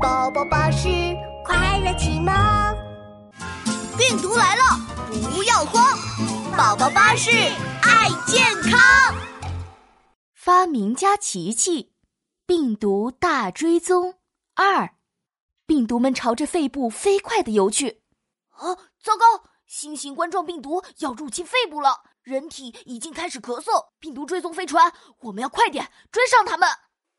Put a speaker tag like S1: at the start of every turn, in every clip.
S1: 宝宝巴士快乐启蒙。
S2: 病毒来了，不要慌，宝宝巴士爱健康。
S3: 发明家琪琪，病毒大追踪二。病毒们朝着肺部飞快的游去。
S4: 啊，糟糕！新型冠状病毒要入侵肺部了，人体已经开始咳嗽。病毒追踪飞船，我们要快点追上它们！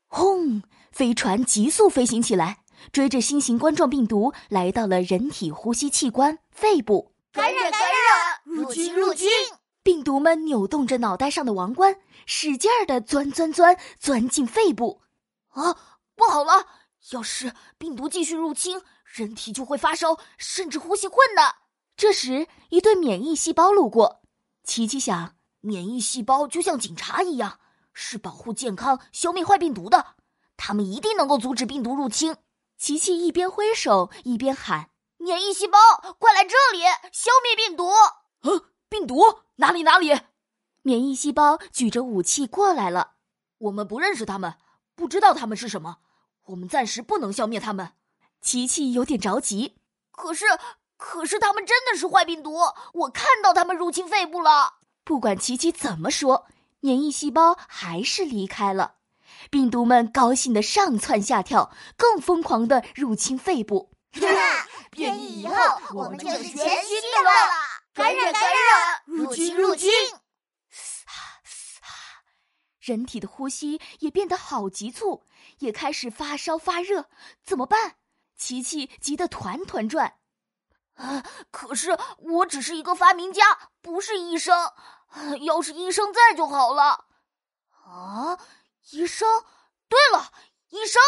S3: 轰！飞船急速飞行起来，追着新型冠状病毒来到了人体呼吸器官肺部。
S5: 感染！感染！入侵！入侵！
S3: 病毒们扭动着脑袋上的王冠，使劲儿的钻钻钻钻进肺部。
S4: 啊，不好了！要是病毒继续入侵，人体就会发烧，甚至呼吸困难。
S3: 这时，一对免疫细胞路过，琪琪想：
S4: 免疫细胞就像警察一样，是保护健康、消灭坏病毒的。他们一定能够阻止病毒入侵。
S3: 琪琪一边挥手一边喊：“
S4: 免疫细胞，快来这里，消灭病毒！”
S2: 啊，病毒哪里哪里？
S3: 免疫细胞举着武器过来了。
S2: 我们不认识他们，不知道他们是什么。我们暂时不能消灭他们，
S3: 琪琪有点着急。
S4: 可是，可是他们真的是坏病毒，我看到他们入侵肺部了。
S3: 不管琪琪怎么说，免疫细胞还是离开了。病毒们高兴的上蹿下跳，更疯狂的入侵肺部。
S5: 变异以后，我们就是全新的了。
S2: 感染感染，
S5: 入侵入侵。
S3: 人体的呼吸也变得好急促，也开始发烧发热，怎么办？琪琪急得团团转。
S4: 啊！可是我只是一个发明家，不是医生。啊、要是医生在就好了。啊！医生，对了，医生！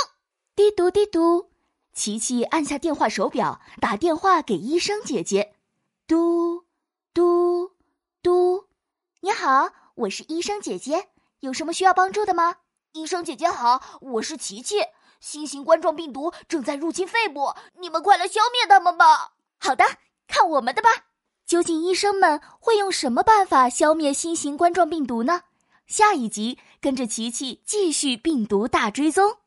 S3: 滴嘟滴嘟，琪琪按下电话手表，打电话给医生姐姐。嘟嘟嘟，
S6: 你好，我是医生姐姐，有什么需要帮助的吗？
S4: 医生姐姐好，我是琪琪。新型冠状病毒正在入侵肺部，你们快来消灭它们吧！
S6: 好的，看我们的吧。
S3: 究竟医生们会用什么办法消灭新型冠状病毒呢？下一集跟着琪琪继续病毒大追踪。